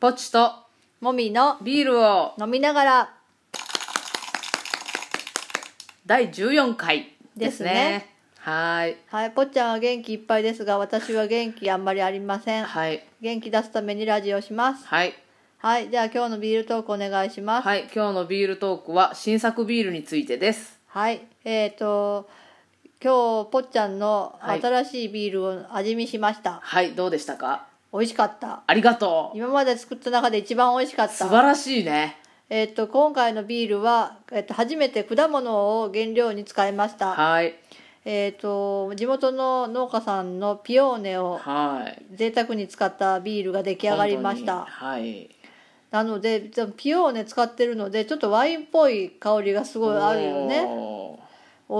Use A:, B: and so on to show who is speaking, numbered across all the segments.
A: ポチと
B: もみの
A: ビールを
B: 飲みながら
A: 第14回ですね。
B: ですね
A: はーい。
B: はいぽっちゃんは元気いっぱいですが私は元気あんまりありません
A: はい。
B: 元気出すためにラジオします
A: はい。
B: はいじゃあ今日のビールトークお願いします
A: はい。今日のビールトークは新作ビールについてです。
B: はいえー、と今日ぽっちゃんの
A: はい
B: 新しいビールを味見しました、
A: はい。どうでしたか
B: 美味しかった
A: ありがとう。
B: 今まで作った中で一番美味しかっ
A: 素
B: た
A: 晴らしいね。
B: えー、と今回のビールは、えー、と初めて果物を原料に使いました、
A: はい。
B: えー、と地元の農家さんのピオーネを
A: はい。
B: 贅沢に使ったビールが出来上がりまし
A: 本
B: た
A: 当にはい。
B: なのでじゃあピオーネ使ってるのでちょっとワインっぽい香りがすごいあるよね
A: お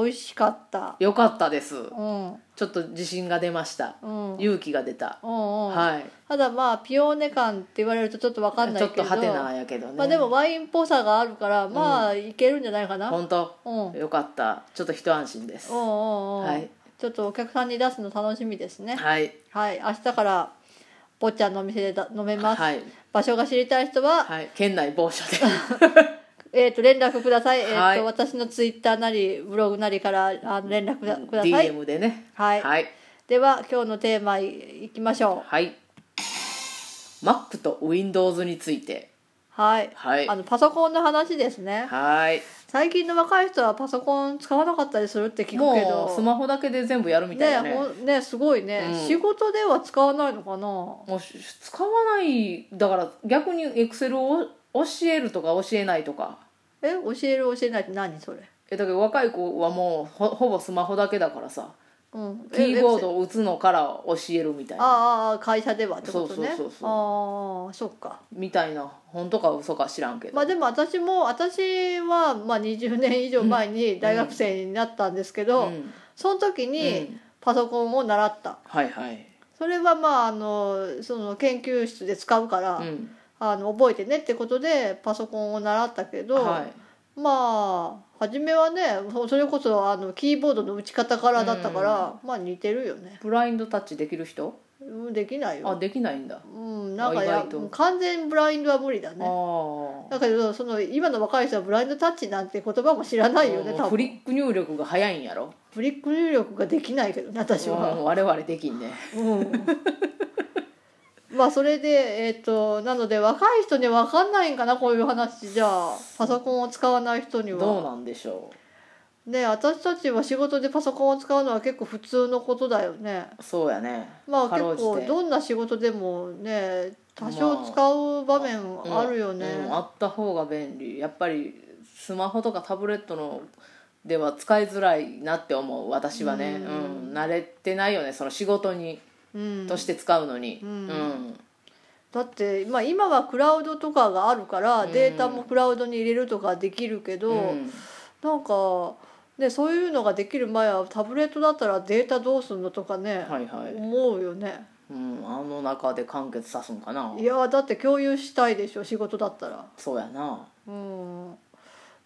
B: 美味しかった
A: ー。よかったです。
B: うんうん
A: ちょっと自信が出ました。
B: うん
A: 勇気が出た。
B: うん、
A: はい。
B: ただまあピオーネ感って言われるとちょっと分かんな
A: ちょ
B: い
A: っ
B: けど
A: とハテナやけどね。
B: まあでもワインっぽさがあるからまあいけるんじゃないかな、うん、うん
A: 本当、
B: うん
A: よかった。ちょっと一安心です。
B: うんうん
A: はい
B: ちょっとお客さんに出すの楽しみですね
A: はい。
B: はい明日から坊ちゃんのお店でだ飲めます、
A: はい。
B: 場所が知りたい人は、
A: はい。県内某所で。
B: えー、と連絡ください、え
A: は
B: ー、
A: い
B: と私のツイッターなりブログなりからあの連絡くだください、
A: DM でね。
B: はい
A: はい。
B: では今日のテーマいいきましょう
A: はい。Mac と Windows について。
B: はい、
A: はい
B: あ。のパソコンの話ですね
A: はい。
B: 最近の若い人はパソコン使わなかったりするって聞くけ
A: も
B: ど
A: うスマホだけで全部やるみたいなね。
B: ねほんねすごいね、
A: うん
B: 仕事では使わないのかな
A: もうし使わないだから逆に Excel を教えるとか教えないとか。
B: え教える教えないって何それ
A: えだけど若い子はもうほほぼスマホだけだからさ
B: うんえ
A: キーボー
B: Excel
A: ドを打つのから教えるみたいな
B: ああああ会社ではってこ
A: そ
B: とね
A: うそうそうそう
B: ああそっか
A: みたいな本当か嘘か知らんけど、
B: まあでも私も私はまあ20年以上前に大学生になったんですけど、
A: うん
B: その時
A: う
B: に
A: ん
B: パソコンを習った
A: はいはい、
B: それはまああのその研究室で使うから、
A: うん、
B: あの覚えてねってことでパソコンを習ったけど、
A: はい
B: まあ初めはねそそれこそあのキーボードの打ち方からだったから、まあ似てるよね、
A: ブラインドタッチできる人
B: うん、できない
A: あ
B: よ、
A: できないんだ、
B: うん、なんか
A: あ意
B: や
A: 外と
B: 完全ブラインドは無理だ
A: あ
B: ね
A: あ
B: だけどその今の若い人はブラインドタッチなんて言葉も知らないよね
A: も
B: 多
A: うフリ
B: 分
A: ック入力が早いんやろ
B: フリック入力ができないけどね私
A: う
B: は
A: ん我々できんね
B: うん まあそれでえっ、となので若い人には分かんないんかなこういう話じゃあパソコンを使わない人に
A: どう
B: は
A: なんでしょ
B: ね私たちは仕事でパソコンを使うのは結構普通のことだよね
A: うそうやね
B: まあ
A: か
B: 結
A: ろうじて
B: 構どんな仕事でもね多少使う場面あるよね、
A: うんあった方が便利やっぱりスマホとかタブレットのでは使いづらいなって思う私はね、う
B: うん
A: 慣れてないよねその仕事に、
B: うん
A: として使うのに、
B: うん
A: うん
B: だって、まあ、今はクラウドとかがあるから、
A: うん
B: データもクラウドに入れるとかできるけど、
A: うん
B: なんか、ね、そういうのができる前はタブレットだったらデータどうすんのとかね、
A: はいはい、
B: 思うよね
A: うん、あの中で完結さすんかない
B: やーだって共有したいでしょ仕事だったら
A: そうやな
B: うん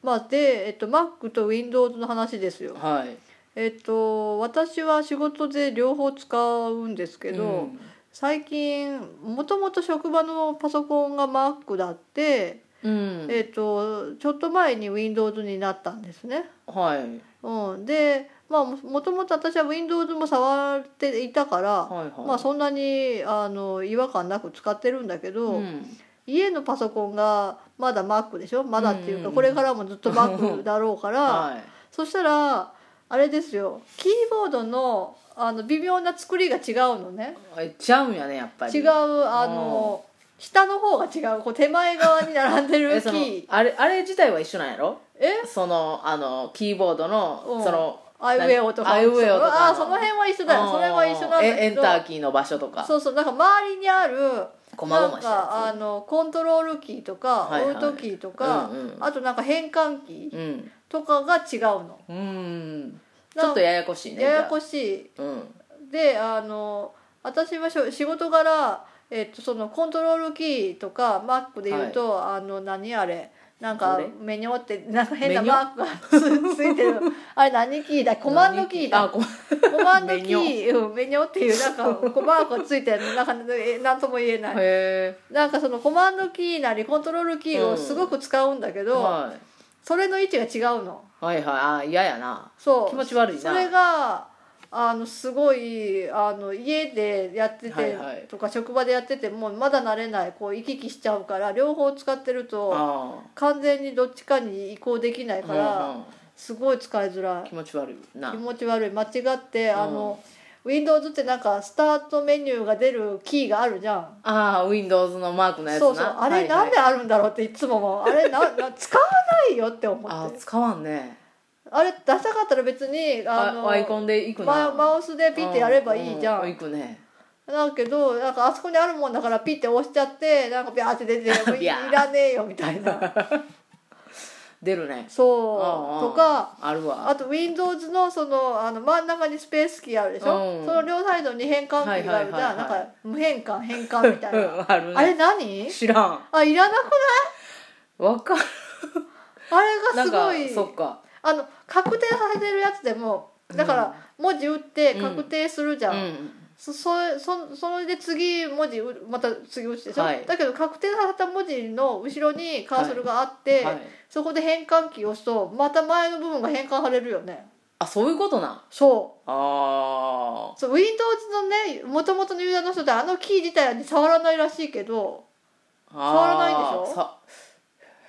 B: まあで、えっと、Mac と Windows の話ですよ
A: はい
B: えっと私は仕事で両方使うんですけど、
A: うん
B: 最近もともと職場のパソコンが Mac だって
A: うん
B: えっとちょっと前に Windows になったんですね。
A: はい
B: うん、で、まあ、ももともと私は Windows も触っていたから、
A: はいはい
B: まあ、そんなにあの違和感なく使ってるんだけど、
A: うん
B: 家のパソコンがまだ Mac でしょまだっていう
A: うんうん
B: か
A: うん
B: これからもずっと Mac だろうか ら、
A: はい
B: そしたらあれですよキーボードのあの微妙な作りが違うのね
A: えちゃうんやねやっぱり
B: 違うあの下の方が違うこう手前側に並んで
A: え
B: るキ
A: その
B: ー
A: あれあれ自体は一緒なんやろ
B: え
A: そのあのキーボードの、
B: うん
A: その
B: アイウェオとか
A: アイウェオとか
B: あその辺は一緒だよそれは一緒なんだけど
A: えエンターキーの場所とか
B: そうそうなんか周りにある
A: こまご
B: なん
A: ましたやつ
B: かあのコントロールキーとか、
A: はいはい
B: オルトキーとか、
A: うんうん
B: あとなんか変換キー
A: うん
B: とかが違うの、
A: うーんち
B: なん
A: ょっとややこしいね
B: ややこ
A: し
B: しい
A: い、うん、
B: であの私はしょ仕事柄、えっと、そのコントロールキーとか Mac で言うと、あの何あれなんか
A: どれ
B: メニョってなんか変な
A: メニョ
B: マークがつついてるあれ何キーだコマンドキー
A: あ
B: だ
A: コマ
B: コマンド キ
A: メニ
B: ーうんメニョっていうな んかこうマークがついてるなんかえなんとも言えない
A: へ
B: なんかそのコマンドキーなりコントロールキーをすごく使うんだけ
A: え、
B: ど、
A: はい、
B: それの位置が違うの
A: はいはいあ嫌やな
B: そう
A: 気持ち悪いな
B: それがあのすごいあの家でやってて、
A: はいはい
B: とか職場でやっててもまだ慣れないこう行き来しちゃうから両方使ってると
A: あ
B: 完全にどっちかに移行できない
A: あ、
B: から、
A: うんうん
B: すごい使いづらい
A: 気持ち悪いな
B: 気持ち悪い間違ってあの、Windows ってなんかスタートメニューが出るキーがあるじゃん。
A: ああ Windows のマークのやつな
B: そうそうあれなんで
A: はいはい
B: あるんだろうっていつも思う、あれなな使わないよって思って
A: ああ使わんね
B: あれ出したかったら別にあ
A: あ
B: の
A: アイコンでいく
B: マ
A: な
B: マウスでピッてやればいいじゃん、
A: うう行くね
B: だけどなんかあそこにあるもんだからピッて押しちゃってなんかビャーって出てもうい
A: ビャー
B: らねえよみたい な
A: 出るね
B: そう
A: うんうん
B: とか
A: あるわ
B: あと Windows のそのあの真ん中にスペースキーあるでしょ、
A: うん
B: その両サイドに変換キーがあるじゃん、
A: はいはいはいはい
B: なんか無変換変換みたいな
A: あるね
B: あれ何
A: 知らん
B: あいらなく
A: わかる
B: ないあ
A: な
B: れが
A: ん
B: す
A: か
B: ごい
A: そっか
B: あの確定させてるやつでもだから文字打って確定するじ
A: う
B: ゃん、
A: ん
B: そそそそれで次文字うまた次打つでしょ、
A: はい
B: だけど確定された文字の後ろにカーソルがあって、
A: はい
B: そこで変換キーを押すとまた前の部分が変換されるよね
A: あそういうことな
B: そ
A: あ
B: うそう Windows のねもともとのユーザーの人ってあのキー自体は、触らないらしいけど
A: あ
B: 触らないでしょ
A: あーさ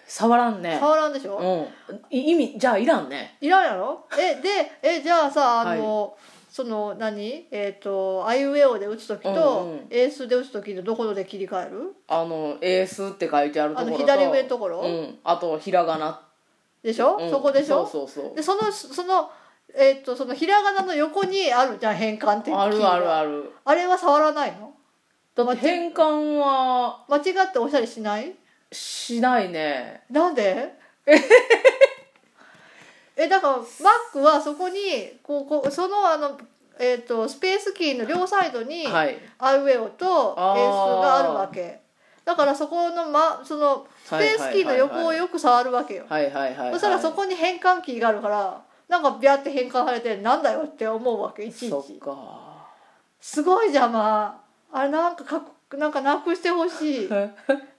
A: 触らんね
B: 触らんでしょ、
A: うんい意味じゃあいらんね
B: いらんやろえでえじゃあさあの、その何えっ、とアイウェオで打つ時と、
A: うんうん
B: エースで打つ時のどこで切り替える
A: あの「エース」って書いてあると
B: あ
A: ころ
B: の
A: と
B: 左上のところ、
A: うん、あとひらがな、
B: でしょ、
A: うん
B: そこでしょ
A: そうそう
B: でそのそのえっとそのひらがなの横にあるじゃん変換って
A: そ
B: いううキーが
A: あるあるある
B: あれは触らないの
A: だって変換は
B: 間違っておしゃれしない
A: しないね
B: な んでえだから Mac はそこにこうこうそのあのえっとスペースキーの両サイドに
A: はい
B: iWeo と
A: あー
B: S があるわけだからそこの,、ま、そのスペースキーの横をよく触るわけよ
A: はいはいはい、はい、
B: そしたらそこに変換キーがあるからなんかビャって変換されてなんだよって思うわけいちい
A: そ
B: ち
A: っか
B: すごい邪魔あれなんかかくなんかなくしてほし い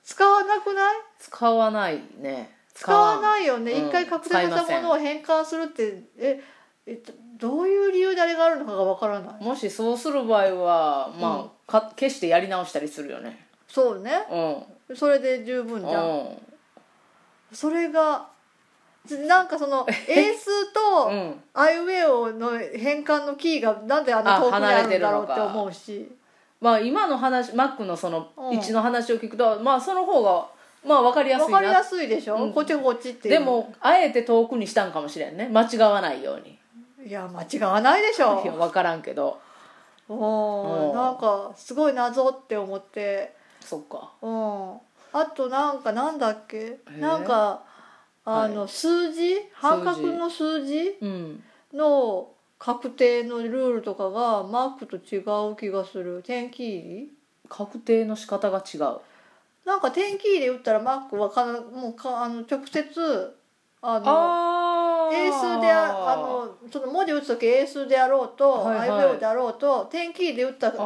B: 使わなくない
A: 使わないね
B: 使わ
A: い
B: ないよね
A: うん
B: 一回確定された
A: 使いませ
B: も
A: ん
B: のを変換するってええっとどういう理由であれがあるのかがわからない
A: もしそうする場合はまあ、
B: うん
A: か消してやり直したりするよね
B: そうね
A: うん
B: それで十分じゃん
A: うん
B: それがつなんかそ のエース
A: う
B: と
A: ん
B: アイウェオの変換のキーがなんであ
A: あ
B: の遠くにあるんだろう
A: 離れてるの
B: って
A: か
B: 思うし
A: まあ今の話マックのその
B: うん
A: 位置の話を聞くとまあその方がまあ分かりやす
B: わ
A: い
B: かり
A: な
B: やすいでしょ、
A: うん
B: こっちこっちっていう
A: でもあえて遠くにしたんかもしれんね間違わないように
B: いや間違わないでし
A: いや
B: ょ
A: 分からんけど
B: うん
A: うん
B: なんかすごい謎って思って
A: そっか
B: うんあとなんかなんだっけ
A: ー
B: なんかあの、数字半角の数字
A: うん
B: の確定のルールとかがマークと違う気がする点キー
A: 確定の仕方が違う
B: なんか点キーで打ったらマックはかなもうかあの直接あの
A: あ
B: 英数でああのその文字打つ時英数であろうと
A: は
B: ア
A: い
B: イ
A: は
B: ウ
A: い
B: ェオであろうと点キーで打った数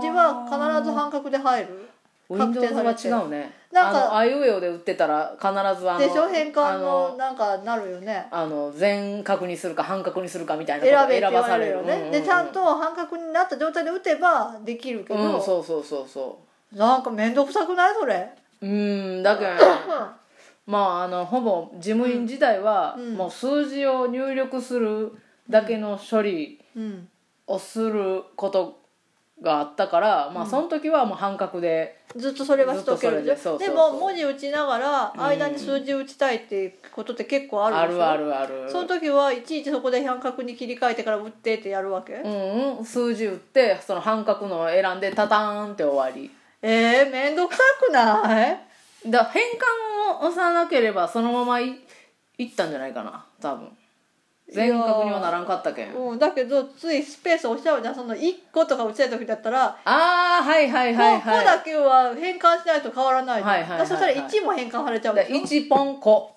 B: 字は必ず半角で入る確定されて
A: Windows は違うね
B: なん
A: あ
B: か
A: のアイウェオで売ってたら必ずあの
B: でしょ変換
A: あ
B: のなんかなるよね
A: あの全角にするか半角にするかみたいな
B: 選べ
A: 選
B: って言
A: ば
B: わ
A: さ
B: れ
A: れ
B: るよ
A: る
B: ね、
A: ううう
B: でちゃんと半角になった状態で打てばできるけ
A: うん
B: ど、
A: そうそうそうそ
B: なんか面倒くさくないそれ、
A: ううんだけ どねまああのほぼ事務員時代は、
B: うん
A: もう数字を入力するだけの処理
B: うん、
A: をすることがあったから、まあその時はもう半角で
B: ずっとそれはしとける
A: ずっとそれでそうそうそう
B: でも文字打ちながら間に数字打ちたいっていうことって結構ある
A: あ
B: でし
A: る
B: ょ
A: あるある
B: その時はいちいちそこで半角に切り替えてから打ってってやるわけ、
A: うんうん数字打ってその半角のを選んでタターンって終わり
B: えー、めんどくさくない
A: だ変換を押さなければそのままいいったんじゃないかな多分全額にはならんかったけん
B: うん、だけどついスペース押しちゃうじゃんその1個とか打ちたい時だったら
A: ああはいはい
B: こう
A: はい
B: こう
A: は
B: だけは変換しないと変わらないじゃん
A: はいはいはいはい
B: だからそしたら1も変換されちゃう
A: い
B: で
A: で
B: しょめんどく
A: 1ポンコ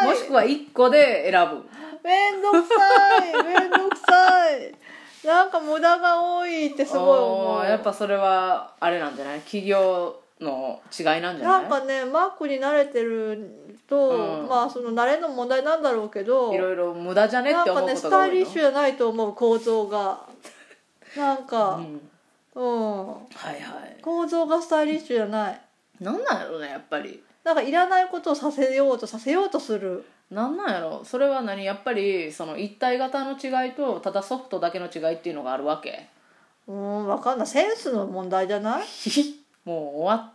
B: さい
A: もしくは1個で選ぶ
B: めんどくさいめんどくさいなんか無駄が多いってすごい思
A: お
B: う
A: ーやっぱそれはあれなんじゃない企業の違いなんじゃな
B: ないんかねマックに慣れてると、
A: うん
B: まあその慣れの問題なんだろうけど
A: いろいろ無駄じゃね
B: な
A: っ
B: ん
A: て思
B: か
A: う
B: ね
A: こと
B: ス
A: が多
B: タ
A: い
B: イ
A: の
B: リッシュじゃないと思う構造がなんか
A: うん
B: うん
A: はいはい
B: 構造がスタイリッシュじゃない
A: なんなんやろねやっぱり
B: なんかいらないことをさせようとさせようとする
A: なんなんやろそれは何やっぱりその一体型の違いとただソフトだけの違いっていうのがあるわけ
B: うんわかんないセンスの問題じゃない
A: もう終わっ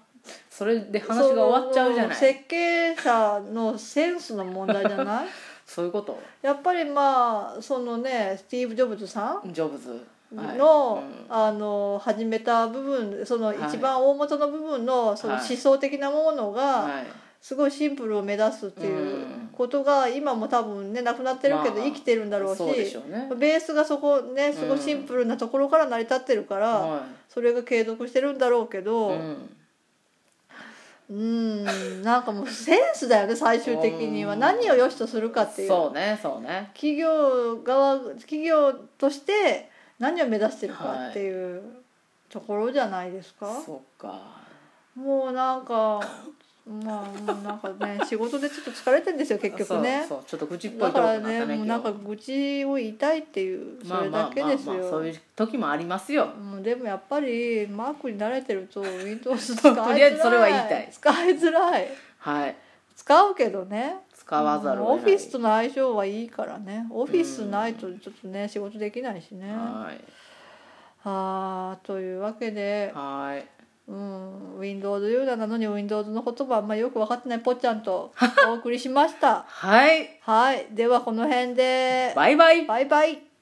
A: それで話が終わっちゃうじゃない
B: その設計者のセンスの問題じ ゃない
A: そういうこと
B: やっぱりまあそのねスティーブ・ジョブズさん
A: ジョブズはい
B: の,、
A: うん
B: あの始めた部分その
A: はい
B: 一番大元の部分のその
A: はい
B: 思想的なものが
A: はい
B: すごいシンプルを目指すっていう
A: うん
B: ことが今も多分ねなくなってるけど
A: まあ
B: 生きてるんだろうし,、
A: そうでしょうね
B: ベースがそこねすご
A: う
B: い
A: ん
B: シンプルなところから成り立ってるから、
A: は
B: それが継続してるんだろうけ
A: い
B: ど
A: う
B: うんーんなんかもうセンスだよね最終的には
A: うん
B: 何を良しとするかっていう
A: そうねそうね
B: 企業側企業として何を目指してるかっていうところじゃないですか、
A: そうか
B: もうなんかまあもうなんか ね仕事でちょっと疲れてんですよ結局ね
A: そうそうちょっと愚痴っぽい
B: だ
A: ト
B: か
A: ー
B: ら
A: クにな
B: ね
A: ったね
B: もう
A: 今
B: なん
A: 日
B: か愚痴を言いたいっていうそれだけですよ
A: そういう時もありますよ
B: もうでもやっぱりマークに慣れてる と Windows 使いづらい
A: とりあえずそれは言いたい
B: 使いづらい
A: はい
B: 使うけどね
A: 使わざるを
B: オ
A: 得
B: フ
A: ない
B: ィスとの相性はいいからねオフィスないとちょっとね仕事できないしね
A: はい
B: はあというわけで、
A: はい
B: うん、Windows ユーザーなのに Windows の言葉あんまりよく分かってないぽっちゃんとお送りしました
A: はい
B: はいではこの辺で
A: バイバイ
B: バイバイ